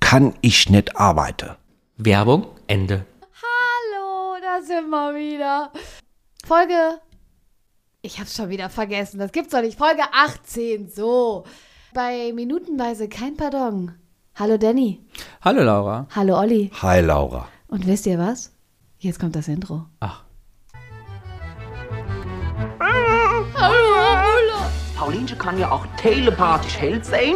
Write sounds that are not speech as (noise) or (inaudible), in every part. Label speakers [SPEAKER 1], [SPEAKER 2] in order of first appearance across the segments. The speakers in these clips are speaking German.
[SPEAKER 1] kann ich nicht arbeiten.
[SPEAKER 2] Werbung, Ende.
[SPEAKER 3] Hallo, da sind wir wieder. Folge. Ich hab's schon wieder vergessen. Das gibt's doch nicht. Folge 18. So. Bei Minutenweise kein Pardon. Hallo Danny.
[SPEAKER 2] Hallo Laura.
[SPEAKER 3] Hallo Olli.
[SPEAKER 1] Hi Laura.
[SPEAKER 3] Und wisst ihr was? Jetzt kommt das Intro.
[SPEAKER 2] Ach.
[SPEAKER 4] Paulinche kann ja auch telepathisch hell sein.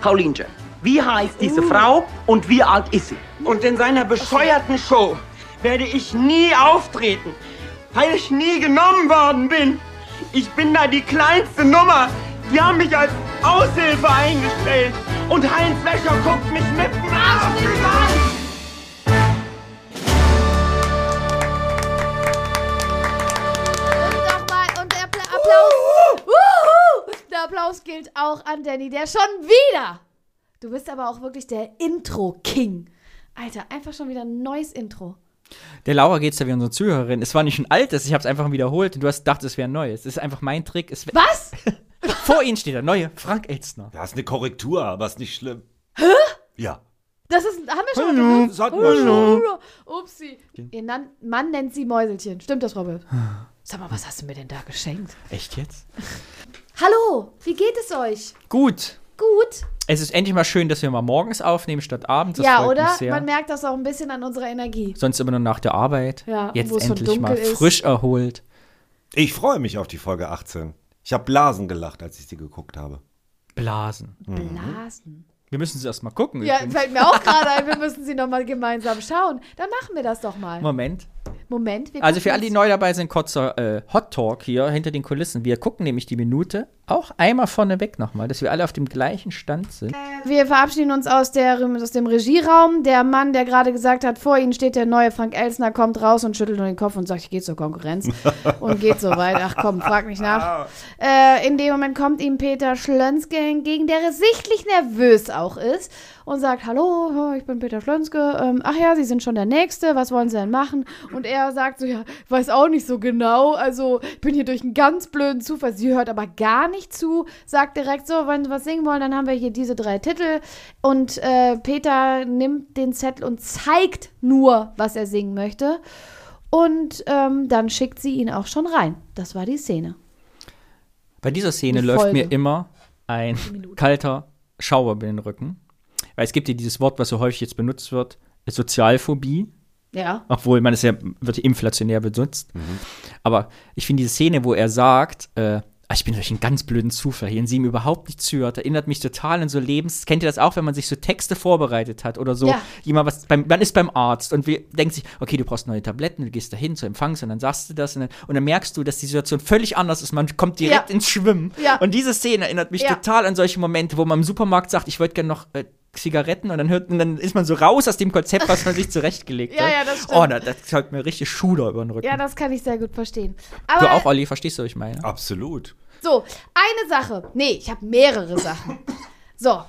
[SPEAKER 4] Paulinche, wie heißt diese Frau und wie alt ist sie?
[SPEAKER 5] Mm. Und in seiner bescheuerten Show werde ich nie auftreten, weil ich nie genommen worden bin. Ich bin da die kleinste Nummer. Die haben mich als Aushilfe eingestellt. Und Heinz Wäscher guckt mich mit dem Arsch an.
[SPEAKER 3] Und nochmal und der Appla Applaus. Wuhu! Der Applaus gilt auch an Danny, der schon wieder. Du bist aber auch wirklich der Intro-King. Alter, einfach schon wieder ein neues Intro.
[SPEAKER 6] Der Laura geht's ja wie unsere Zuhörerin. Es war nicht ein altes, ich hab's einfach wiederholt und du hast gedacht, es wäre ein neues. Es ist einfach mein Trick. Es wär-
[SPEAKER 3] Was?
[SPEAKER 6] Vor Ihnen steht der neue Frank Elstner.
[SPEAKER 1] Das ist eine Korrektur, aber ist nicht schlimm. Hä? Ja.
[SPEAKER 3] Das ist, haben wir schon mal benutzt.
[SPEAKER 1] Sollten wir schon.
[SPEAKER 3] Upsi. Ihr Nan Mann nennt sie Mäuselchen. Stimmt das,
[SPEAKER 6] (sighs)
[SPEAKER 3] Robert? Sag mal, was hast du mir denn da geschenkt?
[SPEAKER 6] Echt jetzt?
[SPEAKER 3] Hallo, wie geht es euch?
[SPEAKER 6] Gut.
[SPEAKER 3] Gut?
[SPEAKER 6] Es ist endlich mal schön, dass wir mal morgens aufnehmen statt abends. Das
[SPEAKER 3] ja,
[SPEAKER 6] freut Mich
[SPEAKER 3] oder?
[SPEAKER 6] sehr.
[SPEAKER 3] Man merkt das auch ein bisschen an unserer Energie.
[SPEAKER 6] Sonst immer nur nach der Arbeit.
[SPEAKER 3] Ja,
[SPEAKER 6] Jetzt
[SPEAKER 3] wo es schon
[SPEAKER 6] endlich mal
[SPEAKER 3] dunkel ist.
[SPEAKER 6] frisch erholt.
[SPEAKER 1] Ich freue mich auf die Folge 18. Ich habe Blasen gelacht, als ich sie geguckt habe.
[SPEAKER 6] Blasen.
[SPEAKER 3] Blasen.
[SPEAKER 6] Wir müssen sie erst mal gucken.
[SPEAKER 3] Ja,
[SPEAKER 6] übrigens.
[SPEAKER 3] fällt mir auch gerade ein,
[SPEAKER 6] (laughs)
[SPEAKER 3] wir müssen sie nochmal gemeinsam schauen. Dann machen wir das doch mal.
[SPEAKER 6] Moment.
[SPEAKER 3] Moment, wir
[SPEAKER 6] Also
[SPEAKER 3] gucken
[SPEAKER 6] für alle, die
[SPEAKER 3] jetzt-
[SPEAKER 6] neu dabei sind, kurzer äh, Hot Talk hier hinter den Kulissen. Wir gucken nämlich die Minute auch einmal vorne weg nochmal, dass wir alle auf dem gleichen Stand sind.
[SPEAKER 3] Wir verabschieden uns aus, der, aus dem Regieraum. Der Mann, der gerade gesagt hat, vor Ihnen steht der neue Frank Elsner, kommt raus und schüttelt nur den Kopf und sagt, ich gehe zur
[SPEAKER 6] (laughs)
[SPEAKER 3] Konkurrenz. und geht so weit. Ach komm, frag mich nach. Äh, in dem Moment kommt ihm Peter Schlönske entgegen, der sichtlich nervös auch ist und sagt, hallo, ich bin Peter Schlönske. Ähm, ach ja, Sie sind schon der Nächste. Was wollen Sie denn machen? Und er sagt so, ja, weiß auch nicht so genau. Also, ich bin hier durch einen ganz blöden Zufall. Sie hört aber gar nicht zu, sagt direkt so, wenn Sie was singen wollen, dann haben wir hier diese drei Titel. Und äh, Peter nimmt den Zettel und zeigt nur, was er singen möchte. Und ähm, dann schickt sie ihn auch schon rein. Das war die Szene.
[SPEAKER 6] Bei dieser Szene
[SPEAKER 3] Die
[SPEAKER 6] läuft
[SPEAKER 3] Folge.
[SPEAKER 6] mir immer ein kalter Schauer über den Rücken. Weil es gibt ja dieses Wort, was so häufig jetzt benutzt wird, Sozialphobie,
[SPEAKER 3] Ja.
[SPEAKER 6] obwohl man es ja wird inflationär benutzt. Aber ich finde diese Szene, wo er sagt, äh, "Ah, ich bin durch einen ganz blöden Zufall hier in Sieben überhaupt nicht zuhört, erinnert mich total an so Lebens. Kennt ihr das auch, wenn man sich so Texte vorbereitet hat oder so?
[SPEAKER 3] Ja.
[SPEAKER 6] Jemand was beim, man ist beim Arzt und wir, denkt sich, okay, du brauchst neue Tabletten, du gehst dahin zur Empfangs und dann sagst du das und dann, und dann merkst du, dass die Situation völlig anders ist. Man kommt direkt
[SPEAKER 3] Ja.
[SPEAKER 6] ins Schwimmen.
[SPEAKER 3] Ja.
[SPEAKER 6] Und diese Szene erinnert mich
[SPEAKER 3] Ja.
[SPEAKER 6] total an solche Momente, wo man im Supermarkt sagt, ich wollte gerne noch äh, Zigaretten und dann hört und dann ist man so raus aus dem Konzept,
[SPEAKER 3] (laughs)
[SPEAKER 6] was man sich zurechtgelegt
[SPEAKER 3] Ja,
[SPEAKER 6] hat.
[SPEAKER 3] ja, das stimmt.
[SPEAKER 6] Oh, da, das zeugt mir richtig Schuder über den Rücken.
[SPEAKER 3] Ja, das kann ich sehr gut verstehen. Aber
[SPEAKER 6] du auch, Olli, verstehst du, was ich meine?
[SPEAKER 1] Absolut.
[SPEAKER 3] So, eine Sache. Nee, ich habe mehrere Sachen. So,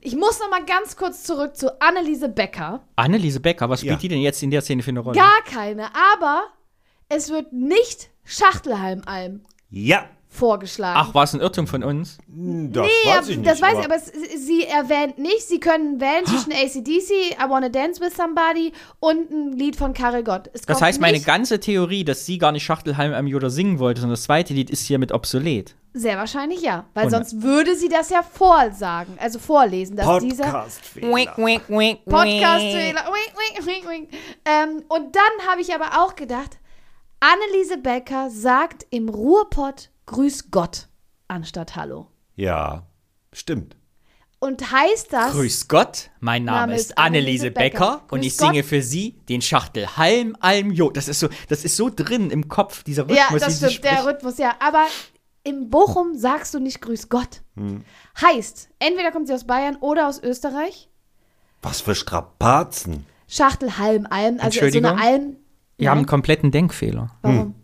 [SPEAKER 3] ich muss noch mal ganz kurz zurück zu Anneliese Becker.
[SPEAKER 6] Anneliese Becker, was spielt
[SPEAKER 1] Ja.
[SPEAKER 6] die denn jetzt in der Szene für eine Rolle?
[SPEAKER 3] Gar keine, aber es wird nicht Schachtelhalm-Alm
[SPEAKER 1] Ja.
[SPEAKER 3] vorgeschlagen.
[SPEAKER 6] Ach, war es ein Irrtum von uns?
[SPEAKER 1] Das
[SPEAKER 3] Nee,
[SPEAKER 1] weiß ich
[SPEAKER 3] ab-
[SPEAKER 1] nicht.
[SPEAKER 3] das weiß ich, aber es, sie erwähnt nicht. Sie können wählen zwischen ACDC, I Wanna Dance With Somebody und ein Lied von Karel Gott. Es
[SPEAKER 6] Das
[SPEAKER 3] kommt
[SPEAKER 6] heißt, meine
[SPEAKER 3] nicht-
[SPEAKER 6] ganze Theorie, dass sie gar nicht Schachtelheim am Joda singen wollte, sondern das zweite Lied ist hiermit obsolet.
[SPEAKER 3] Sehr wahrscheinlich ja, weil
[SPEAKER 6] Und-
[SPEAKER 3] sonst würde sie das ja vorsagen, also vorlesen, dass dieser...
[SPEAKER 1] Podcast-Fehler.
[SPEAKER 3] Podcast-Fehler. Wink, wink, wink, wink. Ähm, und dann habe ich aber auch gedacht, Anneliese Becker sagt im Ruhrpott Grüß Gott anstatt Hallo.
[SPEAKER 1] Ja, stimmt.
[SPEAKER 3] Und heißt das,
[SPEAKER 6] Grüß Gott, mein Name, ist Anneliese Becker, und
[SPEAKER 3] Grüß
[SPEAKER 6] ich singe
[SPEAKER 3] Gott.
[SPEAKER 6] für Sie den Schachtel Halm Alm Jo. Das ist so, das ist so drin im Kopf dieser Rhythmus.
[SPEAKER 3] ja,
[SPEAKER 6] wie
[SPEAKER 3] das
[SPEAKER 6] sie
[SPEAKER 3] stimmt, der
[SPEAKER 6] spricht.
[SPEAKER 3] Rhythmus, ja. Aber in Bochum sagst du nicht Grüß Gott.
[SPEAKER 6] Hm.
[SPEAKER 3] Heißt, entweder kommt sie aus Bayern oder aus Österreich.
[SPEAKER 1] Was für Strapazen.
[SPEAKER 3] Schachtel Halm, Alm, also so
[SPEAKER 6] Entschuldigung?
[SPEAKER 3] eine Alm.
[SPEAKER 6] Wir haben einen kompletten Denkfehler.
[SPEAKER 3] Mhm. Warum?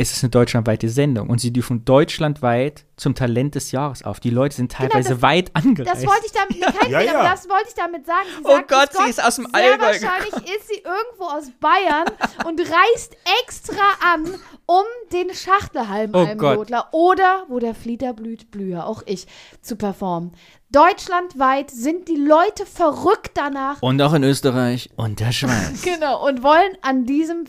[SPEAKER 6] Es ist eine deutschlandweite Sendung und sie dürfen deutschlandweit zum Talent des Jahres auf. Die Leute sind teilweise
[SPEAKER 3] Genau, das-
[SPEAKER 6] weit angereist.
[SPEAKER 3] Das wollte ich damit, kein
[SPEAKER 1] Ja,
[SPEAKER 3] Fehler,
[SPEAKER 1] ja.
[SPEAKER 3] das wollte ich damit sagen. Sie
[SPEAKER 6] Oh
[SPEAKER 3] sagt,
[SPEAKER 6] Gott, sie ist aus dem
[SPEAKER 3] Sehr
[SPEAKER 6] Allgäu
[SPEAKER 3] wahrscheinlich ist sie irgendwo aus Bayern und reist extra an, um den Schachtelhalm
[SPEAKER 6] Oh
[SPEAKER 3] Almrodler oder wo der Flieder blüht, blühe auch ich, zu performen. Deutschlandweit sind die Leute verrückt danach
[SPEAKER 6] und auch in Österreich und der Schweiz.
[SPEAKER 3] (laughs) genau, und wollen an diesem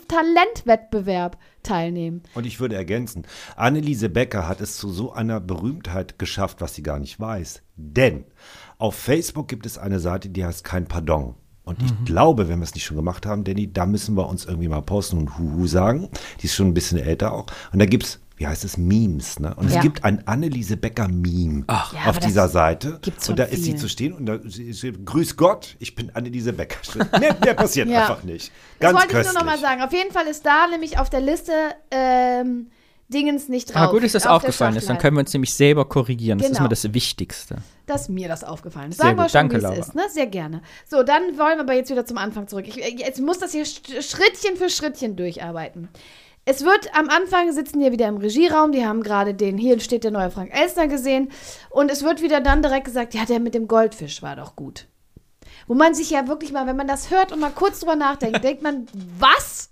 [SPEAKER 3] Talentwettbewerb teilnehmen.
[SPEAKER 1] Und ich würde ergänzen, Anneliese Becker hat es zu so einer Berühmtheit geschafft, was sie gar nicht weiß. Denn auf Facebook gibt es eine Seite, die heißt kein Pardon. Und ich glaube, wenn wir es nicht schon gemacht haben, Danny, da müssen wir uns irgendwie mal posten und Huhu sagen. Die ist schon ein bisschen älter auch. Und da gibt es, wie heißt es, Memes. Ne? Und
[SPEAKER 3] Ja.
[SPEAKER 1] es gibt ein Anneliese Becker-Meme
[SPEAKER 3] Ja,
[SPEAKER 1] auf
[SPEAKER 3] aber das
[SPEAKER 1] dieser Seite.
[SPEAKER 3] gibt's von
[SPEAKER 1] und da ist sie
[SPEAKER 3] vielen.
[SPEAKER 1] zu stehen und da sie- sie- Grüß Gott, ich bin Anneliese Becker. (laughs) Nee, der passiert
[SPEAKER 3] Ja.
[SPEAKER 1] einfach nicht.
[SPEAKER 3] Das
[SPEAKER 1] Ganz
[SPEAKER 3] wollte
[SPEAKER 1] köstlich.
[SPEAKER 3] ich nur nochmal sagen. Auf jeden Fall ist da nämlich auf der Liste ähm, Dingens nicht drauf.
[SPEAKER 6] Ah, gut, dass das
[SPEAKER 3] Genau, Auf der
[SPEAKER 6] aufgefallen ist. Dann
[SPEAKER 3] Schachtelhalm.
[SPEAKER 6] können wir uns nämlich selber korrigieren. Das ist
[SPEAKER 3] Genau.
[SPEAKER 6] immer das Wichtigste.
[SPEAKER 3] dass mir das aufgefallen ist.
[SPEAKER 6] Sehr
[SPEAKER 3] Sagen wir
[SPEAKER 6] gut.
[SPEAKER 3] schon,
[SPEAKER 6] Danke,
[SPEAKER 3] wie es
[SPEAKER 6] Laura.
[SPEAKER 3] ist. Ne? Sehr gerne. So, dann wollen wir aber jetzt wieder zum Anfang zurück. Ich, jetzt muss das hier Sch- Schrittchen für Schrittchen durcharbeiten. Es wird am Anfang sitzen wir wieder im Regieraum. Die haben gerade den hier steht der neue Frank Elstner gesehen und es wird wieder dann direkt gesagt, ja der mit dem Goldfisch war doch gut. Wo man sich ja wirklich mal, wenn man das hört und mal kurz drüber nachdenkt, (laughs) denkt man, was?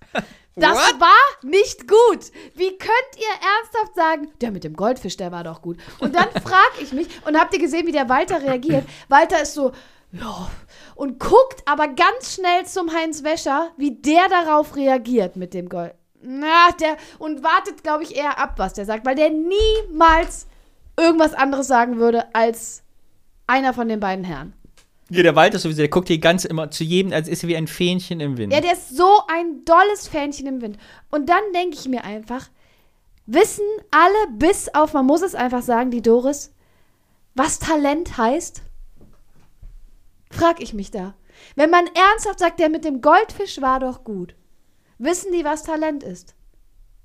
[SPEAKER 3] Das war nicht gut. Wie könnt ihr ernsthaft sagen, der mit dem Goldfisch, der war doch gut? Und dann frage ich mich, und habt ihr gesehen, wie der Walter reagiert? Walter ist so, ja, und guckt aber ganz schnell zum Heinz Wäscher, wie der darauf reagiert mit dem Gold. Na, der, und wartet, glaube ich, eher ab, was der sagt, weil der niemals irgendwas anderes sagen würde als einer von den beiden Herren.
[SPEAKER 6] Ja, der Walter sowieso, der guckt hier ganz immer zu jedem, als ist er wie ein Fähnchen im Wind.
[SPEAKER 3] Ja, der ist so ein dolles Fähnchen im Wind. Und dann denke ich mir einfach, wissen alle bis auf, man muss es einfach sagen, die Doris, was Talent heißt? Frag ich mich da. Wenn man ernsthaft sagt, der mit dem Goldfisch war doch gut, wissen die, was Talent ist?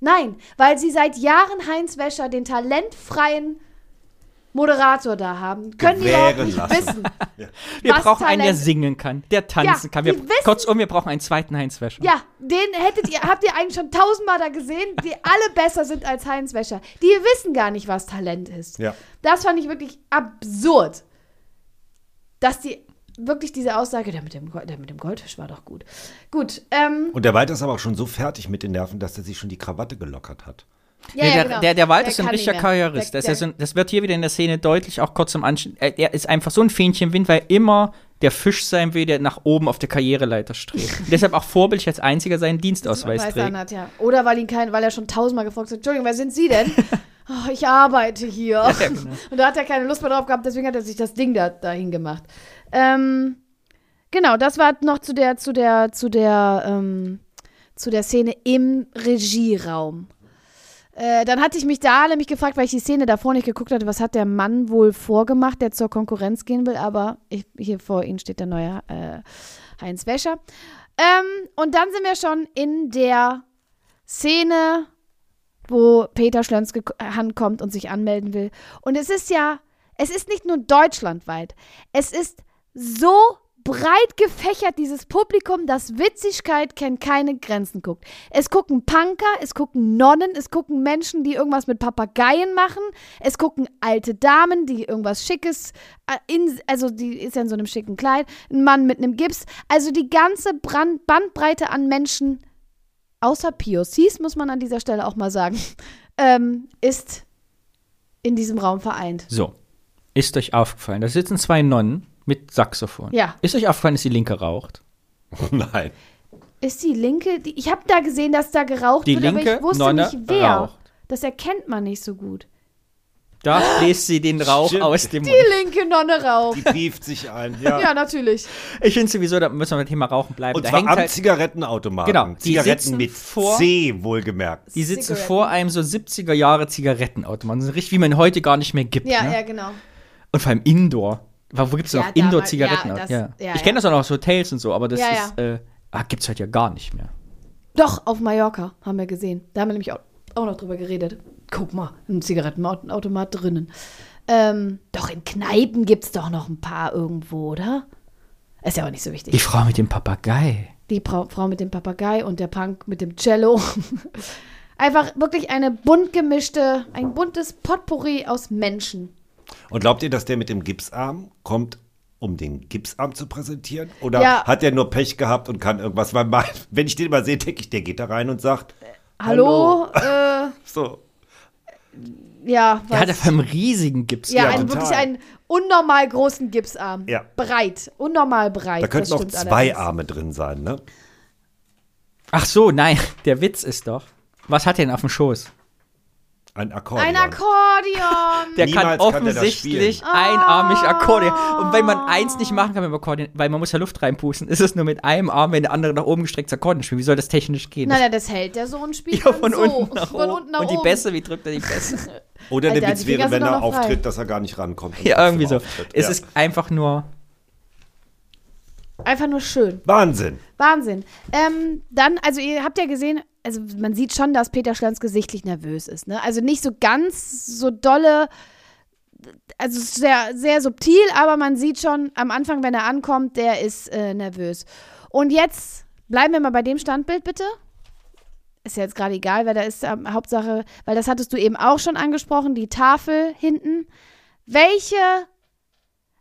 [SPEAKER 3] Nein, weil sie seit Jahren Heinz Wäscher, den talentfreien Moderator da haben, können die überhaupt
[SPEAKER 1] Gewähren
[SPEAKER 3] nicht
[SPEAKER 1] lassen.
[SPEAKER 3] wissen.
[SPEAKER 6] wir
[SPEAKER 3] was
[SPEAKER 6] brauchen einen, der
[SPEAKER 3] Talent-
[SPEAKER 6] singen kann, der tanzen
[SPEAKER 3] Ja,
[SPEAKER 6] kann. Wir,
[SPEAKER 3] die wissen-
[SPEAKER 6] kurzum, wir brauchen einen zweiten Heinz Wäscher.
[SPEAKER 3] Ja, den hättet ihr, habt ihr eigentlich schon tausendmal da gesehen, die alle besser sind als Heinz Wäscher. Die wissen gar nicht, was Talent ist.
[SPEAKER 1] Ja.
[SPEAKER 3] Das fand ich wirklich absurd, dass die wirklich diese Aussage, der mit dem, Gold- der mit dem Goldfisch war doch gut. Gut, ähm,
[SPEAKER 1] Und der Walter ist aber auch schon so fertig mit den Nerven, dass er sich schon die Krawatte gelockert
[SPEAKER 6] (laughs)
[SPEAKER 1] hat.
[SPEAKER 3] ja,
[SPEAKER 6] Nee,
[SPEAKER 3] ja,
[SPEAKER 6] der,
[SPEAKER 3] genau.
[SPEAKER 6] der, der Wald ist so ein
[SPEAKER 3] kann nicht
[SPEAKER 6] richtiger
[SPEAKER 3] mehr.
[SPEAKER 6] Karrierist.
[SPEAKER 3] Der-
[SPEAKER 6] Das, ist ja
[SPEAKER 3] der-
[SPEAKER 6] so ein, das wird hier wieder in der Szene deutlich, auch kurz im Anschluss. Äh, Er ist einfach so ein Fähnchen im Wind, weil immer der Fisch sein will, der nach oben auf der
[SPEAKER 3] (laughs)
[SPEAKER 6] Karriereleiter strebt. Und deshalb auch vorbildlich als einziger seinen Dienstausweis
[SPEAKER 3] Weiß
[SPEAKER 6] trägt.
[SPEAKER 3] Anhalt, ja. Oder weil, ihn kein, weil er schon tausendmal gefragt hat, Entschuldigung, wer sind Sie denn? oh, ich arbeite hier. Und da hat er keine Lust mehr drauf gehabt, deswegen hat er sich das Ding da, dahin gemacht. Ähm, genau, das war noch zu der, zu der, zu der, ähm, zu der Szene im Regieraum. Äh, dann hatte ich mich da nämlich gefragt, weil ich die Szene davor nicht geguckt hatte, was hat der Mann wohl vorgemacht, der zur Konkurrenz gehen will, aber ich, hier vor Ihnen steht der neue äh, Heinz Wäscher. Ähm, und dann sind wir schon in der Szene, wo Peter Schlönske ankommt und sich anmelden will. Und es ist ja, es ist nicht nur deutschlandweit. Es ist so breit gefächert, dieses Publikum, dass Witzigkeit kennt keine Grenzen guckt. Es gucken Punker, es gucken Nonnen, es gucken Menschen, die irgendwas mit Papageien machen, es gucken alte Damen, die irgendwas Schickes, äh, in, also die ist ja in so einem schicken Kleid, ein Mann mit einem Gips, also die ganze Brand Bandbreite an Menschen außer POCs, muss man an dieser Stelle auch mal sagen, (laughs) ähm, ist in diesem Raum vereint.
[SPEAKER 6] So, ist euch aufgefallen, da sitzen zwei Nonnen mit Saxophon.
[SPEAKER 3] Ja.
[SPEAKER 6] Ist euch aufgefallen, dass die Linke raucht?
[SPEAKER 1] Nein.
[SPEAKER 3] Ist die Linke, die, ich habe da gesehen, dass da geraucht
[SPEAKER 6] Die
[SPEAKER 3] wird, aber
[SPEAKER 6] linke
[SPEAKER 3] ich wusste
[SPEAKER 6] Nonne
[SPEAKER 3] nicht wer.
[SPEAKER 6] raucht.
[SPEAKER 3] Das erkennt man nicht so gut. (laughs)
[SPEAKER 6] Da bläst sie den Rauch
[SPEAKER 1] Stimmt.
[SPEAKER 6] aus dem Mund.
[SPEAKER 3] Die linke Nonne raucht.
[SPEAKER 1] Die pieft sich ein. Ja.
[SPEAKER 3] Ja, natürlich.
[SPEAKER 6] Ich finde sowieso, da müssen wir beim Thema Rauchen bleiben.
[SPEAKER 1] Und
[SPEAKER 6] da
[SPEAKER 1] zwar
[SPEAKER 6] hängt
[SPEAKER 1] am
[SPEAKER 6] halt,
[SPEAKER 1] Zigarettenautomaten.
[SPEAKER 6] Genau, die
[SPEAKER 1] Zigaretten
[SPEAKER 6] sitzen
[SPEAKER 1] mit
[SPEAKER 6] vor-
[SPEAKER 1] C, wohlgemerkt.
[SPEAKER 6] die sitzen
[SPEAKER 3] Zigaretten.
[SPEAKER 6] vor einem so 70er Jahre Zigarettenautomaten. So richtig, wie man heute gar nicht mehr gibt.
[SPEAKER 3] Ja,
[SPEAKER 6] ne?
[SPEAKER 3] ja, genau.
[SPEAKER 6] Und vor allem Indoor. Wa- Wo gibt es
[SPEAKER 3] Ja,
[SPEAKER 6] noch
[SPEAKER 3] damals-
[SPEAKER 6] Indoor-Zigaretten?
[SPEAKER 3] ja,
[SPEAKER 6] Ja,
[SPEAKER 3] das- ja,
[SPEAKER 6] ich
[SPEAKER 3] ja.
[SPEAKER 6] kenne das auch noch aus Hotels und so, aber das
[SPEAKER 3] Ja,
[SPEAKER 6] ist, äh, ah, gibt es halt ja gar nicht mehr.
[SPEAKER 3] Doch, auf Mallorca haben wir gesehen. Da haben wir nämlich auch, auch noch drüber geredet. Guck mal, ein Zigarettenautomat drinnen. Ähm, doch in Kneipen gibt es doch noch ein paar irgendwo, oder? Ist ja auch nicht so wichtig.
[SPEAKER 6] Die Frau mit dem Papagei.
[SPEAKER 3] die Frau, Frau mit dem Papagei und der Punk mit dem Cello. (laughs) Einfach wirklich eine bunt gemischte, ein buntes Potpourri aus Menschen.
[SPEAKER 1] Und glaubt ihr, dass der mit dem Gipsarm kommt, um den Gipsarm zu präsentieren? Oder
[SPEAKER 3] Ja.
[SPEAKER 1] hat der nur Pech gehabt und kann irgendwas? Weil mein, wenn ich den mal sehe, denke ich, der geht da rein und sagt,
[SPEAKER 3] Hallo? Äh,
[SPEAKER 1] so.
[SPEAKER 3] ja,
[SPEAKER 6] Der hat
[SPEAKER 3] was?
[SPEAKER 6] einfach einen riesigen Gips.
[SPEAKER 3] ja,
[SPEAKER 1] ja,
[SPEAKER 3] einen,
[SPEAKER 1] total.
[SPEAKER 3] wirklich einen unnormal großen Gipsarm.
[SPEAKER 1] Ja.
[SPEAKER 3] Breit, unnormal breit.
[SPEAKER 1] Da
[SPEAKER 3] das
[SPEAKER 1] könnten auch
[SPEAKER 3] stimmt
[SPEAKER 1] zwei
[SPEAKER 3] allerdings.
[SPEAKER 1] Arme drin sein, ne?
[SPEAKER 6] Ach so, nein, (laughs) der Witz ist doch. Was hat er denn auf dem Schoß?
[SPEAKER 1] Ein Akkordeon.
[SPEAKER 3] Ein Akkordeon! (laughs)
[SPEAKER 6] Der
[SPEAKER 1] Niemals kann
[SPEAKER 6] kann
[SPEAKER 1] der das
[SPEAKER 6] offensichtlich einarmig
[SPEAKER 3] Ah.
[SPEAKER 6] Akkordeon. Und wenn man eins nicht machen kann mit dem Akkordeon, weil man muss ja Luft reinpusten, (laughs) ist es nur mit einem Arm, wenn der andere nach oben gestreckt das Akkordeon spielt. Wie soll das technisch gehen?
[SPEAKER 3] Nein, nein, das hält der so und spielt
[SPEAKER 6] ja,
[SPEAKER 3] dann
[SPEAKER 6] von,
[SPEAKER 3] so.
[SPEAKER 6] unten nach
[SPEAKER 3] von
[SPEAKER 6] oben.
[SPEAKER 3] unten nach
[SPEAKER 6] und
[SPEAKER 3] oben.
[SPEAKER 6] die Bässe, wie drückt er die Bässe?
[SPEAKER 1] Oder der
[SPEAKER 3] Alter,
[SPEAKER 1] Witz
[SPEAKER 3] die
[SPEAKER 1] wäre,
[SPEAKER 3] Finger
[SPEAKER 1] wenn
[SPEAKER 3] sind
[SPEAKER 1] er
[SPEAKER 3] doch noch frei.
[SPEAKER 1] auftritt, dass er gar nicht rankommt. und
[SPEAKER 6] ja,
[SPEAKER 1] trotzdem
[SPEAKER 6] irgendwie so.
[SPEAKER 1] auftritt. (laughs)
[SPEAKER 6] Es
[SPEAKER 1] Ja.
[SPEAKER 6] ist einfach nur.
[SPEAKER 3] Einfach nur schön.
[SPEAKER 1] Wahnsinn.
[SPEAKER 3] Wahnsinn. Ähm, dann, also ihr habt ja gesehen, also man sieht schon, dass Peter Schlanz gesichtlich nervös ist. Ne? Also nicht so ganz so dolle, also es ist sehr, sehr subtil, aber man sieht schon am Anfang, wenn er ankommt, der ist äh, nervös. Und jetzt bleiben wir mal bei dem Standbild, bitte. Ist ja jetzt gerade egal, wer da ist. Ähm, Hauptsache, weil das hattest du eben auch schon angesprochen, die Tafel hinten. Welche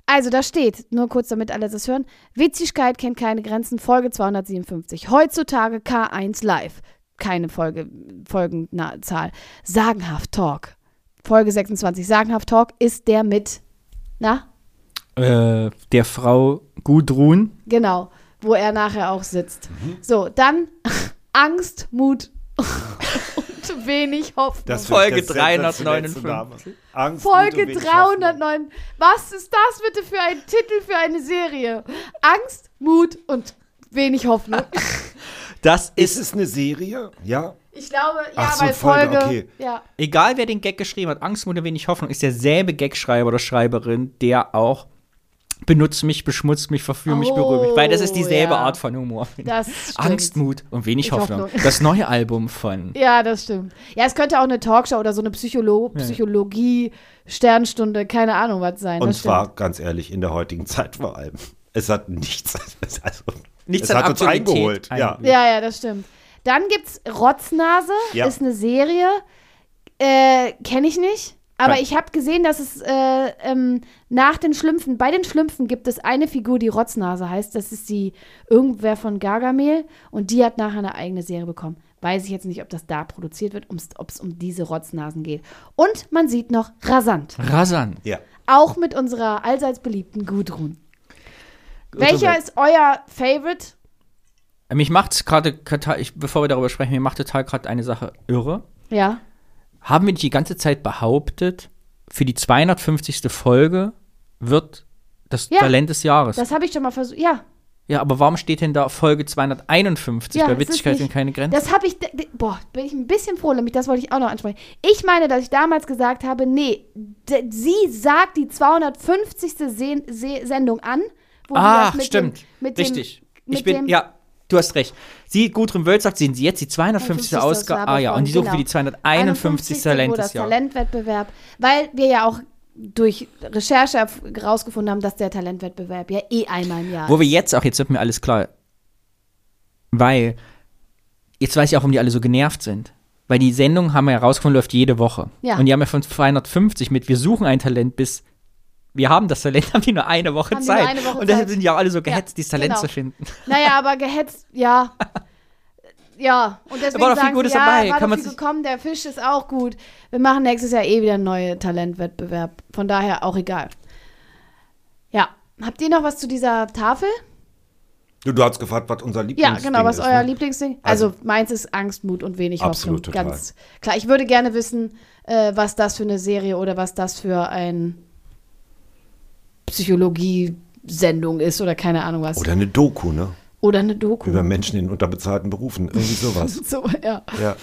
[SPEAKER 3] also da steht, nur kurz damit alle das hören, Witzigkeit kennt keine Grenzen, Folge 257. Heutzutage K1 Live. Keine Folge, Folgenzahl. Sagenhaft Talk. Folge 26, Sagenhaft Talk ist der mit, na,
[SPEAKER 6] Äh, der Frau Gudrun.
[SPEAKER 3] genau, wo er nachher auch sitzt.
[SPEAKER 1] Mhm.
[SPEAKER 3] So, dann (laughs) Angst, Mut (laughs) und wenig Hoffnung.
[SPEAKER 1] Das
[SPEAKER 6] Folge
[SPEAKER 1] wird der sensationellste
[SPEAKER 6] 359.
[SPEAKER 1] Name. Angst, Wut
[SPEAKER 3] Folge
[SPEAKER 1] und wenig
[SPEAKER 3] 309. Was ist das bitte für ein Titel für eine Serie? Angst, Mut und wenig Hoffnung.
[SPEAKER 6] Das
[SPEAKER 1] Ist
[SPEAKER 6] ist,
[SPEAKER 1] es eine Serie? Ja.
[SPEAKER 3] Ich glaube, ja,
[SPEAKER 1] Ach so,
[SPEAKER 3] weil
[SPEAKER 1] Folge,
[SPEAKER 3] Folge.
[SPEAKER 1] okay.
[SPEAKER 3] Ja.
[SPEAKER 6] egal wer den Gag geschrieben hat, Angst, Mut und wenig Hoffnung, ist derselbe Gagschreiber oder Schreiberin, der auch benutzt mich, beschmutzt mich, verführt mich,
[SPEAKER 3] Oh,
[SPEAKER 6] berührt mich. Weil das ist dieselbe
[SPEAKER 3] ja.
[SPEAKER 6] Art von Humor.
[SPEAKER 3] Das stimmt.
[SPEAKER 6] Angst, Mut und wenig
[SPEAKER 3] Ich
[SPEAKER 6] Hoffnung.
[SPEAKER 3] Hoffnung.
[SPEAKER 6] Das neue Album von.
[SPEAKER 3] Ja, das stimmt. Ja, es könnte auch eine Talkshow oder so eine Psycholo Psychologie, Sternstunde, keine Ahnung was sein.
[SPEAKER 1] Und
[SPEAKER 3] das
[SPEAKER 1] zwar,
[SPEAKER 3] stimmt.
[SPEAKER 1] ganz ehrlich, in der heutigen Zeit vor allem. Es hat nichts. (laughs) Es, also,
[SPEAKER 6] Nichts
[SPEAKER 1] es
[SPEAKER 6] an
[SPEAKER 1] hat uns
[SPEAKER 6] Aktualität
[SPEAKER 1] eingeholt. Ja.
[SPEAKER 6] eingeholt.
[SPEAKER 3] Ja, ja, das stimmt. Dann gibt's Rotznase,
[SPEAKER 1] Hm. Ja.
[SPEAKER 3] ist eine Serie. Äh, kenne ich nicht. Aber
[SPEAKER 6] Nein.
[SPEAKER 3] ich habe gesehen, dass es äh, ähm, nach den Schlümpfen, bei den Schlümpfen gibt es eine Figur, die Rotznase heißt. Das ist die irgendwer von Gargamel. Und die hat nachher eine eigene Serie bekommen. Weiß ich jetzt nicht, ob das da produziert wird, ob es um diese Rotznasen geht. Und man sieht noch Rasant.
[SPEAKER 6] Rasan.
[SPEAKER 1] ja.
[SPEAKER 3] Auch mit unserer allseits beliebten Gudrun. Welcher
[SPEAKER 6] Welcher
[SPEAKER 3] ist euer Favorite?
[SPEAKER 6] Mich macht's gerade, total- ich- bevor wir darüber sprechen, mir macht total gerade eine Sache irre.
[SPEAKER 3] Ja.
[SPEAKER 6] Haben wir nicht die ganze Zeit behauptet, für die 250. Folge wird das
[SPEAKER 3] Ja.
[SPEAKER 6] Talent des Jahres.
[SPEAKER 3] Das habe ich schon mal versucht. Ja,
[SPEAKER 6] ja, aber warum steht denn da Folge 251
[SPEAKER 3] ja,
[SPEAKER 6] bei
[SPEAKER 3] es ist
[SPEAKER 6] Witzigkeit
[SPEAKER 3] nicht-
[SPEAKER 6] und keine Grenzen?
[SPEAKER 3] Das habe ich, d- d- boah, bin ich ein bisschen froh, nämlich das wollte ich auch noch ansprechen. Ich meine, dass ich damals gesagt habe, nee, d- sie sagt die 250. Sehn- Se Sendung an. Wo sie
[SPEAKER 6] Ah,
[SPEAKER 3] das mit
[SPEAKER 6] stimmt.
[SPEAKER 3] Dem, mit
[SPEAKER 6] Richtig.
[SPEAKER 3] Dem, mit
[SPEAKER 6] ich bin,
[SPEAKER 3] dem,
[SPEAKER 6] ja, du hast recht. Sie, Gudrun Wölz sagt, sehen Sie jetzt die 250.
[SPEAKER 3] 51.
[SPEAKER 6] Ausgabe. Ah ja, und die suchen
[SPEAKER 3] genau
[SPEAKER 6] für die 251. Talent
[SPEAKER 3] oder
[SPEAKER 6] des Jahres.
[SPEAKER 3] Talentwettbewerb, weil wir ja auch durch Recherche herausgefunden haben, dass der Talentwettbewerb ja eh einmal im Jahr
[SPEAKER 6] Wo wir
[SPEAKER 3] ist.
[SPEAKER 6] jetzt auch, jetzt wird mir alles klar. Weil, jetzt weiß ich auch, warum die alle so genervt sind. Weil die Sendung, haben wir herausgefunden, läuft jede Woche.
[SPEAKER 3] Ja.
[SPEAKER 6] Und die haben ja von 250 mit Wir suchen ein Talent bis Wir haben das Talent, (laughs) haben die nur eine Woche
[SPEAKER 3] Haben die nur
[SPEAKER 6] Zeit.
[SPEAKER 3] eine Woche
[SPEAKER 6] Und deshalb
[SPEAKER 3] Zeit.
[SPEAKER 6] sind die auch alle so gehetzt,
[SPEAKER 3] Ja,
[SPEAKER 6] dieses Talent
[SPEAKER 3] genau.
[SPEAKER 6] zu finden.
[SPEAKER 3] Naja, aber gehetzt, ja. Ja, und deswegen
[SPEAKER 6] war doch viel
[SPEAKER 3] sagen
[SPEAKER 6] Gutes
[SPEAKER 3] sie, ja, war
[SPEAKER 6] dabei. Kann
[SPEAKER 3] doch
[SPEAKER 6] man
[SPEAKER 3] viel
[SPEAKER 6] sich-
[SPEAKER 3] gekommen, der Fisch ist auch gut. Wir machen nächstes Jahr eh wieder einen neuen Talentwettbewerb. Von daher auch egal. Ja, habt ihr noch was zu dieser Tafel?
[SPEAKER 1] Du, du hast gefragt, was unser
[SPEAKER 3] Ja,
[SPEAKER 1] Lieblingsding ist.
[SPEAKER 3] genau, was euer
[SPEAKER 1] ne?
[SPEAKER 3] Lieblingsding?
[SPEAKER 1] Also-
[SPEAKER 3] Also, meins ist Angst, Mut und wenig
[SPEAKER 1] Absolut,
[SPEAKER 3] Hoffnung.
[SPEAKER 1] total.
[SPEAKER 3] Ganz klar. Ich würde gerne wissen, äh, was das für eine Serie oder was das für ein Psychologie-Sendung ist oder keine Ahnung was.
[SPEAKER 1] Oder eine Doku, ne?
[SPEAKER 3] Oder eine Doku.
[SPEAKER 1] Über Menschen in unterbezahlten Berufen. Irgendwie sowas.
[SPEAKER 3] (laughs) so, ja.
[SPEAKER 1] ja.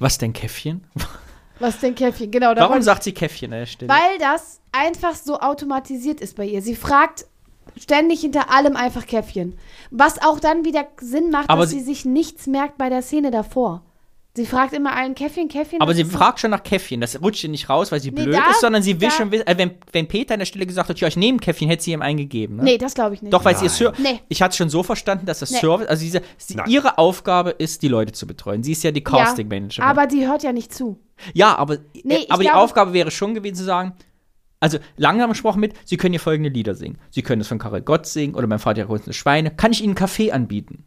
[SPEAKER 6] Was denn, Käffchen? (laughs)
[SPEAKER 3] Was denn Käffchen? Genau, da
[SPEAKER 6] Warum
[SPEAKER 3] wollte-
[SPEAKER 6] sagt sie Käffchen an der Stelle?
[SPEAKER 3] Weil das einfach so automatisiert ist bei ihr. Sie fragt ständig hinter allem einfach Käffchen. Was auch dann wieder Sinn macht,
[SPEAKER 6] Aber
[SPEAKER 3] dass
[SPEAKER 6] sie-
[SPEAKER 3] sie sich nichts merkt bei der Szene davor. Sie fragt immer allen Käffchen, Käffchen.
[SPEAKER 6] Aber
[SPEAKER 3] das
[SPEAKER 6] sie
[SPEAKER 3] ist-
[SPEAKER 6] fragt schon nach Käffchen. Das rutscht ihr nicht raus, weil sie
[SPEAKER 3] Nee,
[SPEAKER 6] blöd
[SPEAKER 3] da-
[SPEAKER 6] ist, sondern sie will
[SPEAKER 3] da-
[SPEAKER 6] schon wissen. Äh, wenn, wenn Peter an der Stelle gesagt hat, ja, ich nehme ein Käffchen, hätte sie ihm eingegeben. Ne?
[SPEAKER 3] Nee, das glaube ich nicht.
[SPEAKER 6] Doch, weil sie ihr Service.
[SPEAKER 3] Nee.
[SPEAKER 6] Ich hatte es schon so verstanden, dass das
[SPEAKER 3] Nee.
[SPEAKER 6] Service. Also, diese, sie,
[SPEAKER 1] Nein.
[SPEAKER 6] ihre Aufgabe ist, die Leute zu betreuen. Sie ist ja die Casting Managerin.
[SPEAKER 3] Ja, aber die hört ja nicht zu.
[SPEAKER 6] ja, aber,
[SPEAKER 3] Nee,
[SPEAKER 6] äh,
[SPEAKER 3] ich
[SPEAKER 6] aber die
[SPEAKER 3] glaube-
[SPEAKER 6] Aufgabe wäre schon gewesen zu sagen. Also, langsam gesprochen mit, Sie können hier folgende Lieder singen. Sie können es von Karel Gott singen oder mein Vater hat Schweine. Kann ich Ihnen einen Kaffee anbieten?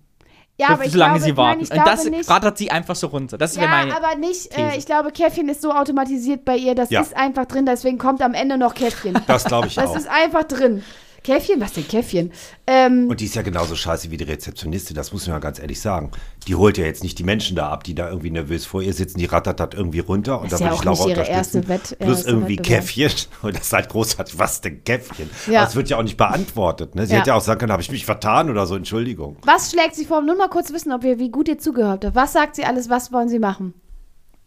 [SPEAKER 3] Ja, aber ich
[SPEAKER 6] solange
[SPEAKER 3] glaube,
[SPEAKER 6] Sie warten.
[SPEAKER 3] Nein, ich
[SPEAKER 6] Und
[SPEAKER 3] glaube
[SPEAKER 6] das
[SPEAKER 3] nicht.
[SPEAKER 6] rattert sie einfach so runter. Das wäre
[SPEAKER 3] ja,
[SPEAKER 6] meine.
[SPEAKER 3] aber nicht,
[SPEAKER 6] These.
[SPEAKER 3] äh, ich glaube, Käffchen ist so automatisiert bei ihr, das
[SPEAKER 1] Ja.
[SPEAKER 3] ist einfach drin, deswegen kommt am Ende noch
[SPEAKER 6] (laughs)
[SPEAKER 3] Käffchen.
[SPEAKER 1] Das glaube ich
[SPEAKER 3] Das
[SPEAKER 1] auch.
[SPEAKER 3] ist einfach drin. Käffchen? Was denn Käffchen? Ähm,
[SPEAKER 1] Und die ist ja genauso scheiße wie die Rezeptionistin, das muss man ja ganz ehrlich sagen. Die holt ja jetzt nicht die Menschen da ab, die da irgendwie nervös vor ihr sitzen, die rattert irgendwie runter und
[SPEAKER 3] Das ist
[SPEAKER 1] da
[SPEAKER 3] ja
[SPEAKER 1] würde ich
[SPEAKER 3] auch
[SPEAKER 1] Laura
[SPEAKER 3] nicht ihre
[SPEAKER 1] unterstützen.
[SPEAKER 3] erste Wett- äh,
[SPEAKER 1] Plus
[SPEAKER 3] erste
[SPEAKER 1] irgendwie
[SPEAKER 3] Wettbewerb.
[SPEAKER 1] Käffchen. (laughs) Und das ist halt großartig, was denn Käffchen?
[SPEAKER 3] Ja.
[SPEAKER 1] Das wird ja auch nicht beantwortet. Ne? Sie
[SPEAKER 3] Ja.
[SPEAKER 1] hätte ja auch sagen können, habe ich mich vertan oder so, Entschuldigung.
[SPEAKER 3] was schlägt sie vor? Nur mal kurz wissen, ob ihr, wie gut ihr zugehört habt. Was sagt sie alles? Was wollen sie machen?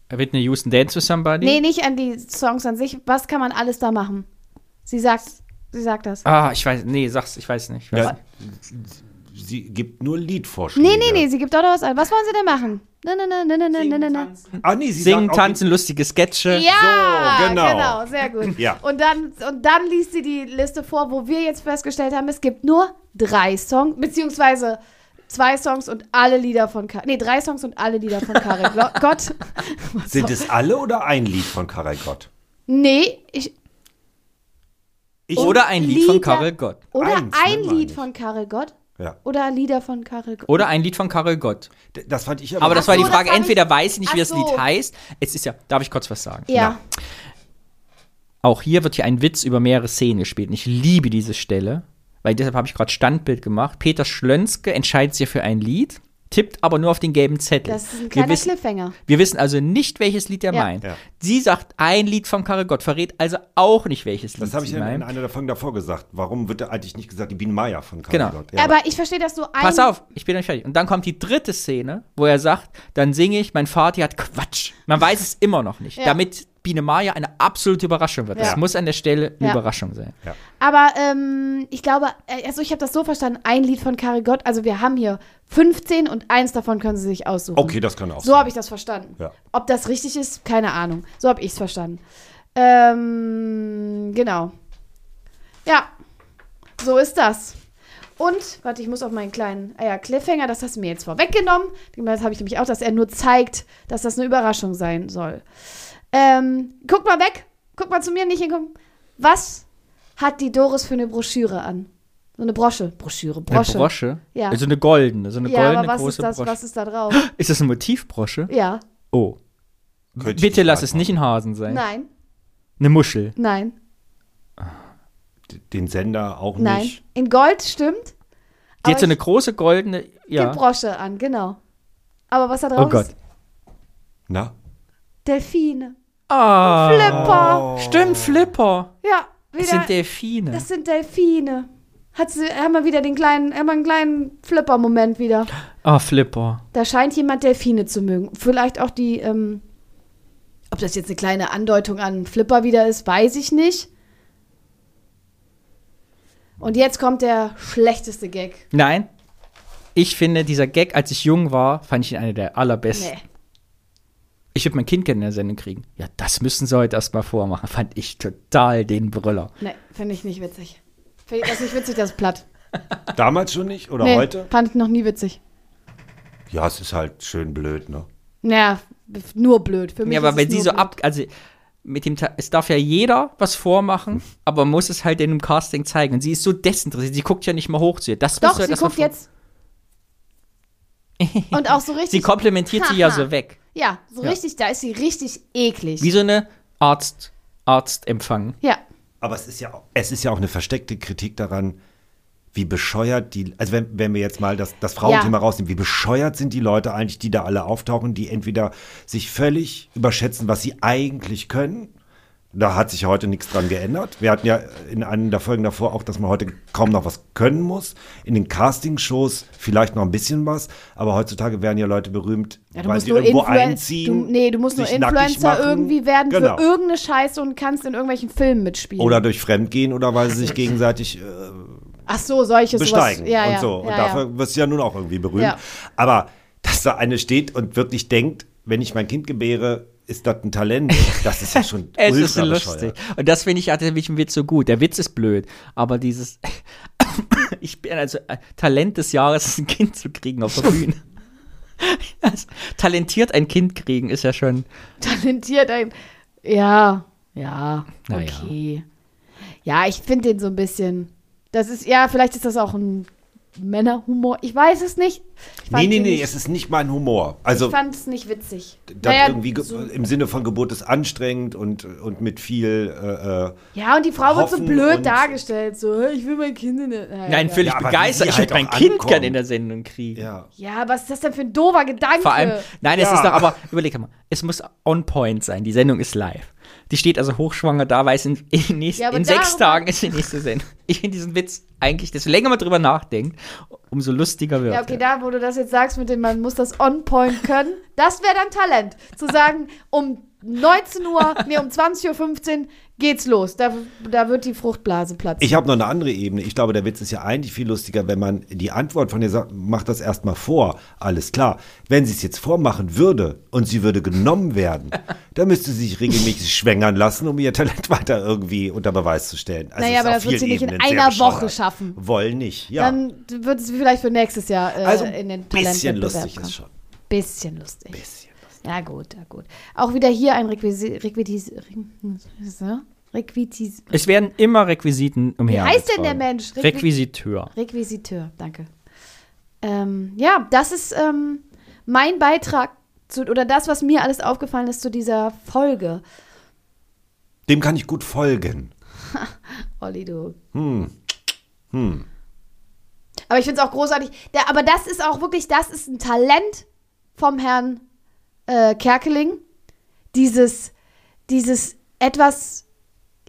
[SPEAKER 6] Whitney Houston Dance with Somebody?
[SPEAKER 3] Nee, nicht an die Songs an sich. Was kann man alles da machen? Sie sagt, sie sagt das.
[SPEAKER 6] Ah, ich weiß, nee, sag's, ich weiß nicht. Ich weiß
[SPEAKER 1] Ja,
[SPEAKER 6] nicht.
[SPEAKER 1] sie gibt nur Liedvorschläge.
[SPEAKER 3] Nee, nee, nee, sie gibt auch noch was an. Was wollen sie denn machen? Na, na, na, na, na, na, na, na, na.
[SPEAKER 1] Ah, nee, sie
[SPEAKER 6] Singen,
[SPEAKER 1] sagt auch
[SPEAKER 6] tanzen, lustige Sketche.
[SPEAKER 3] Ja,
[SPEAKER 1] So, genau.
[SPEAKER 3] genau, sehr gut.
[SPEAKER 1] Ja.
[SPEAKER 3] Und, dann, und dann liest sie die Liste vor, wo wir jetzt festgestellt haben, es gibt nur drei Songs, beziehungsweise zwei Songs und alle Lieder von Kar Nee, drei Songs und alle Lieder von Karin Glo-
[SPEAKER 1] (laughs)
[SPEAKER 3] Gott.
[SPEAKER 1] die- Sind es alle oder ein Lied von Karel Gott?
[SPEAKER 3] Nee, ich.
[SPEAKER 1] Ich,
[SPEAKER 6] Oder ein Lied von
[SPEAKER 3] Lieder-
[SPEAKER 6] Karel Gott.
[SPEAKER 3] Oder
[SPEAKER 1] Eins, ne,
[SPEAKER 3] ein
[SPEAKER 1] meine
[SPEAKER 3] Lied
[SPEAKER 1] ich.
[SPEAKER 3] von Karel Gott.
[SPEAKER 1] Ja.
[SPEAKER 3] Oder Lieder von Karel Gott.
[SPEAKER 6] Oder ein Lied von Karel Gott.
[SPEAKER 1] D- Das fand ich
[SPEAKER 6] Aber das
[SPEAKER 3] Ach
[SPEAKER 6] war
[SPEAKER 3] so,
[SPEAKER 6] die Frage,
[SPEAKER 3] das hab
[SPEAKER 6] entweder
[SPEAKER 3] ich-
[SPEAKER 6] weiß ich nicht, wie
[SPEAKER 3] Ach
[SPEAKER 6] das Lied
[SPEAKER 3] so.
[SPEAKER 6] heißt. Es ist ja, darf ich kurz was sagen?
[SPEAKER 3] Ja.
[SPEAKER 6] Auch hier wird hier ein Witz über mehrere Szenen gespielt. Und ich liebe diese Stelle, weil deshalb habe ich gerade Standbild gemacht. Peter Schlönske entscheidet sich für ein Lied, tippt aber nur auf den gelben Zettel.
[SPEAKER 3] Das ist ein
[SPEAKER 6] wir,
[SPEAKER 3] kleiner
[SPEAKER 6] wissen,
[SPEAKER 3] Cliffhanger.
[SPEAKER 6] wir wissen also nicht, welches Lied er
[SPEAKER 3] Ja.
[SPEAKER 6] meint.
[SPEAKER 1] Ja.
[SPEAKER 6] Sie sagt ein Lied von Karel Gott, verrät also auch nicht, welches Lied
[SPEAKER 1] Das habe ich
[SPEAKER 6] sie
[SPEAKER 1] in, in
[SPEAKER 6] meint.
[SPEAKER 1] einer der Folgen davor gesagt. Warum wird da eigentlich nicht gesagt, die Bienen Meier von Karl
[SPEAKER 6] Genau.
[SPEAKER 1] Gott? Ja.
[SPEAKER 3] Aber ich verstehe das so ein.
[SPEAKER 6] Pass auf, ich bin noch nicht fertig. Und dann kommt die dritte Szene, wo er sagt, dann singe ich, mein Vati hat Quatsch. Man weiß es immer noch nicht. Damit Biene Maya eine absolute Überraschung wird. Das
[SPEAKER 3] Ja.
[SPEAKER 6] muss an der Stelle eine
[SPEAKER 3] Ja.
[SPEAKER 6] Überraschung sein.
[SPEAKER 3] Aber ähm, ich glaube, äh, also ich habe das so verstanden, ein Lied von Karel Gott, also wir haben hier 15 und eins davon können sie sich aussuchen.
[SPEAKER 1] okay, das kann auch
[SPEAKER 3] So
[SPEAKER 1] sein.
[SPEAKER 3] habe ich das verstanden.
[SPEAKER 1] Ja.
[SPEAKER 3] Ob das richtig ist, keine Ahnung. So habe ich es verstanden. Ähm, genau. Ja, so ist das. Und, warte, ich muss auf meinen kleinen, ah ja, Cliffhanger, das hast du mir jetzt vorweggenommen. Das habe ich nämlich auch, dass er nur zeigt, dass das eine Überraschung sein soll. Ähm, guck mal weg, guck mal zu mir, nicht hingucken. Was hat die Doris für eine Broschüre an? So eine Brosche. Broschüre, Brosche.
[SPEAKER 6] Eine Brosche?
[SPEAKER 3] Ja.
[SPEAKER 6] Also eine goldene, so eine
[SPEAKER 3] Ja,
[SPEAKER 6] goldene
[SPEAKER 3] aber was
[SPEAKER 6] große
[SPEAKER 3] ist das,
[SPEAKER 6] Brosche.
[SPEAKER 3] was ist da drauf?
[SPEAKER 6] Ist das eine Motivbrosche?
[SPEAKER 3] ja,
[SPEAKER 6] Oh.
[SPEAKER 1] Könnte ich
[SPEAKER 6] Bitte lass es
[SPEAKER 1] beantworten.
[SPEAKER 6] nicht ein Hasen sein.
[SPEAKER 3] nein,
[SPEAKER 6] Eine Muschel.
[SPEAKER 3] nein.
[SPEAKER 1] D- Den Sender auch
[SPEAKER 3] Nein.
[SPEAKER 1] nicht.
[SPEAKER 3] In Gold stimmt.
[SPEAKER 6] Die
[SPEAKER 3] aber
[SPEAKER 6] hat so eine
[SPEAKER 3] ich
[SPEAKER 6] große goldene.
[SPEAKER 3] geb
[SPEAKER 6] Ja.
[SPEAKER 3] Brosche an, genau. Aber was da drauf
[SPEAKER 6] Oh Gott.
[SPEAKER 3] ist?
[SPEAKER 1] Na?
[SPEAKER 3] Delfine.
[SPEAKER 6] Ah.
[SPEAKER 3] Flipper.
[SPEAKER 6] Stimmt, Flipper.
[SPEAKER 3] Ja,
[SPEAKER 6] Das
[SPEAKER 3] wieder.
[SPEAKER 6] sind Delfine.
[SPEAKER 3] das sind Delfine. Hat sie, haben wir wieder den kleinen, haben wir einen kleinen Flipper-Moment wieder.
[SPEAKER 6] Ah, Flipper.
[SPEAKER 3] Da scheint jemand Delfine zu mögen. Vielleicht auch die, ähm, ob das jetzt eine kleine Andeutung an Flipper wieder ist, weiß ich nicht. Und jetzt kommt der schlechteste Gag.
[SPEAKER 6] Nein. Ich finde, dieser Gag, als ich jung war, fand ich ihn einer der allerbesten.
[SPEAKER 3] Nee.
[SPEAKER 6] Ich würde mein Kind gerne in der Sendung kriegen. Ja, das müssen sie heute erstmal vormachen. Fand ich total den Brüller.
[SPEAKER 3] Nee, finde ich nicht witzig. Finde ich das nicht witzig, das ist platt.
[SPEAKER 1] Damals schon nicht oder
[SPEAKER 3] Nee,
[SPEAKER 1] heute?
[SPEAKER 3] fand ich noch nie witzig.
[SPEAKER 1] Ja, es ist halt schön blöd, ne?
[SPEAKER 3] Naja, b- nur blöd. Für mich
[SPEAKER 6] Ja,
[SPEAKER 3] ist es
[SPEAKER 6] aber wenn sie
[SPEAKER 3] nur
[SPEAKER 6] so
[SPEAKER 3] blöd.
[SPEAKER 6] ab, also mit dem, Ta- es darf ja jeder was vormachen, aber muss es halt in einem Casting zeigen. Und sie ist so desinteressiert, sie guckt ja nicht mal hoch zu ihr. Das
[SPEAKER 3] Doch,
[SPEAKER 6] musst du halt
[SPEAKER 3] sie
[SPEAKER 6] erst mal
[SPEAKER 3] guckt
[SPEAKER 6] vor-
[SPEAKER 3] jetzt. Und auch so richtig.
[SPEAKER 6] (laughs) Sie komplimentiert sie ja
[SPEAKER 3] Haha.
[SPEAKER 6] so weg.
[SPEAKER 3] Ja, so
[SPEAKER 6] Ja.
[SPEAKER 3] richtig, da ist sie richtig eklig.
[SPEAKER 6] Wie so eine Arzt, Arztempfang.
[SPEAKER 3] Ja,
[SPEAKER 1] Aber es ist ja, auch- es ist ja auch eine versteckte Kritik daran, wie bescheuert die, also wenn, wenn wir jetzt mal das, das Frauenthema
[SPEAKER 3] Ja.
[SPEAKER 1] rausnehmen, wie bescheuert sind die Leute eigentlich, die da alle auftauchen, die entweder sich völlig überschätzen, was sie eigentlich können. Da hat sich heute nichts dran geändert. Wir hatten ja in einer der Folgen davor auch, dass man heute kaum noch was können muss. In den Castingshows vielleicht noch ein bisschen was, aber heutzutage werden ja Leute berühmt,
[SPEAKER 3] ja
[SPEAKER 1] weil sie irgendwo einziehen.
[SPEAKER 3] Du, nee, du musst nur
[SPEAKER 1] sich nackig
[SPEAKER 3] Influencer
[SPEAKER 1] machen.
[SPEAKER 3] irgendwie werden
[SPEAKER 1] genau.
[SPEAKER 3] für irgendeine Scheiße und kannst in irgendwelchen Filmen mitspielen.
[SPEAKER 1] Oder durch Fremdgehen oder weil sie sich gegenseitig äh,
[SPEAKER 3] Ach so, solche
[SPEAKER 1] besteigen
[SPEAKER 3] sowas. Ja,
[SPEAKER 1] und
[SPEAKER 3] ja,
[SPEAKER 1] so. Und
[SPEAKER 3] ja,
[SPEAKER 1] dafür
[SPEAKER 3] ja.
[SPEAKER 1] wirst du ja nun auch irgendwie berühmt.
[SPEAKER 3] Ja.
[SPEAKER 1] Aber dass da eine steht und wirklich denkt, wenn ich mein Kind gebäre, ist das ein Talent. Das ist ja
[SPEAKER 3] (laughs)
[SPEAKER 1] schon
[SPEAKER 6] Es ist
[SPEAKER 1] ultra
[SPEAKER 6] lustig.
[SPEAKER 1] bescheuert.
[SPEAKER 6] Und das finde ich, hat der Witz so gut. Der Witz ist blöd, aber dieses (coughs) ich bin also äh, Talent des Jahres ist ein Kind zu kriegen auf
[SPEAKER 1] (laughs)
[SPEAKER 6] der Bühne. Das, talentiert ein Kind kriegen ist ja schon
[SPEAKER 3] talentiert ein. Ja, ja,
[SPEAKER 6] Na ja.
[SPEAKER 3] okay. Ja, ich finde den so ein bisschen. Das ist, ja, vielleicht ist das auch ein Männerhumor. Ich weiß es nicht. Ich
[SPEAKER 1] Nee,
[SPEAKER 3] fand
[SPEAKER 1] nee,
[SPEAKER 3] ihn
[SPEAKER 1] nee,
[SPEAKER 3] nicht-
[SPEAKER 1] es ist nicht mein Humor. Also
[SPEAKER 3] ich fand es nicht witzig.
[SPEAKER 1] das
[SPEAKER 3] Naja,
[SPEAKER 1] irgendwie ge-
[SPEAKER 3] so,
[SPEAKER 1] im Sinne von Geburt ist anstrengend und, und mit viel äh, äh,
[SPEAKER 3] ja, und die Frau wird so
[SPEAKER 1] Hoffen
[SPEAKER 3] blöd
[SPEAKER 1] und-
[SPEAKER 3] dargestellt. So, "Hey, ich will mein Kind in der. Naja,
[SPEAKER 6] Nein,
[SPEAKER 3] egal.
[SPEAKER 6] völlig
[SPEAKER 1] Ja, aber wie
[SPEAKER 6] begeistert.
[SPEAKER 1] sie
[SPEAKER 6] Ich
[SPEAKER 1] halt
[SPEAKER 6] würde mein
[SPEAKER 1] auch
[SPEAKER 6] Kind
[SPEAKER 1] ankommen.
[SPEAKER 6] gerne in der Sendung kriegen.
[SPEAKER 1] ja.
[SPEAKER 3] Ja, was ist das denn für ein dober Gedanke?
[SPEAKER 6] Vor allem, nein, es
[SPEAKER 1] Ja.
[SPEAKER 6] ist doch, aber überleg mal, es muss on point sein. Die Sendung ist live. Die steht also hochschwanger da, weiß in, in, nächst,
[SPEAKER 3] Ja, aber
[SPEAKER 6] in sechs
[SPEAKER 3] darum-
[SPEAKER 6] Tagen ist die nächste Sendung. Ich finde diesen Witz eigentlich, desto länger man drüber nachdenkt, umso lustiger wird
[SPEAKER 3] Ja, okay,
[SPEAKER 6] er.
[SPEAKER 3] da, wo du das jetzt sagst, mit dem man muss das on point können, das wäre dann Talent. Zu sagen, um 19 Uhr, nee, um 20.15 Uhr geht's los. Da, da wird die Fruchtblase platzen.
[SPEAKER 1] Ich habe noch eine andere Ebene. Ich glaube, der Witz ist ja eigentlich viel lustiger, wenn man die Antwort von ihr sagt, mach das erstmal vor. Alles klar. Wenn sie es jetzt vormachen würde und sie würde genommen
[SPEAKER 3] (laughs)
[SPEAKER 1] werden, dann müsste sie sich regelmäßig schwängern lassen, um ihr Talent weiter irgendwie unter Beweis zu stellen. Also
[SPEAKER 3] Naja,
[SPEAKER 1] es ist
[SPEAKER 3] aber
[SPEAKER 1] auf
[SPEAKER 3] das wird
[SPEAKER 1] vielen
[SPEAKER 3] sie nicht in
[SPEAKER 1] Ebenen sehr
[SPEAKER 3] einer
[SPEAKER 1] bescheuert.
[SPEAKER 3] Woche schaffen.
[SPEAKER 1] Wollen nicht, ja.
[SPEAKER 3] Dann wird es vielleicht für nächstes Jahr äh,
[SPEAKER 1] also
[SPEAKER 3] in den
[SPEAKER 1] ein bisschen lustig ist schon.
[SPEAKER 3] Bisschen lustig. Bisschen lustig. Ja, gut, ja, gut. Auch wieder hier ein Requisit. Requitis, Re- Requitis.
[SPEAKER 6] Es werden immer Requisiten umher.
[SPEAKER 3] Wie heißt denn der Mensch? Requi-
[SPEAKER 6] Requisiteur.
[SPEAKER 3] Requisiteur, danke. Ähm, ja, das ist ähm, mein Beitrag zu, oder das, was mir alles aufgefallen ist zu dieser Folge.
[SPEAKER 1] Dem kann ich gut folgen.
[SPEAKER 3] Olli, du. Hm. Hm.
[SPEAKER 1] Hm.
[SPEAKER 3] Aber ich finde es auch großartig. Der, aber das ist auch wirklich, das ist ein Talent vom Herrn äh, Kerkeling. Dieses, dieses etwas,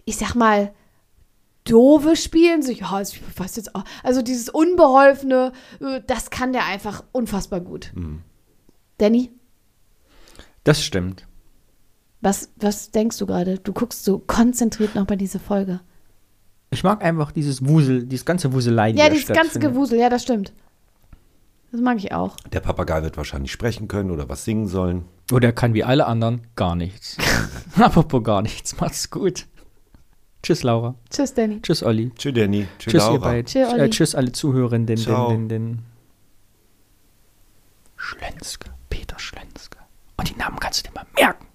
[SPEAKER 3] ich sag mal, doofe Spielen. So, ja, ich weiß jetzt auch. Also dieses Unbeholfene, äh, das kann der einfach unfassbar gut. Danny,
[SPEAKER 6] Das stimmt.
[SPEAKER 3] was, was denkst du gerade? Du guckst so konzentriert noch bei dieser Folge.
[SPEAKER 6] Ich mag einfach dieses Wusel, dieses ganze Wuselei, die
[SPEAKER 3] Ja,
[SPEAKER 6] da
[SPEAKER 3] dieses ganze
[SPEAKER 6] stattfindet.
[SPEAKER 3] Gewusel, ja, das stimmt. Das mag ich auch.
[SPEAKER 1] Der Papagei wird wahrscheinlich sprechen können oder was singen sollen.
[SPEAKER 6] Oder kann wie alle anderen
[SPEAKER 3] (laughs)
[SPEAKER 6] gar nichts. Apropos gar nichts. Macht's gut. Tschüss, Laura.
[SPEAKER 3] Tschüss, Danny.
[SPEAKER 6] Tschüss, Olli.
[SPEAKER 1] Tschüss, Danny.
[SPEAKER 6] Tschüss, ihr beiden.
[SPEAKER 3] Tschö,
[SPEAKER 6] Tschö,
[SPEAKER 3] Olli.
[SPEAKER 6] äh, tschüss, alle Zuhörenden.
[SPEAKER 1] Ciao.
[SPEAKER 6] Den, den, den. Schlönske. Peter Schlönske. Und die Namen kannst du dir mal merken.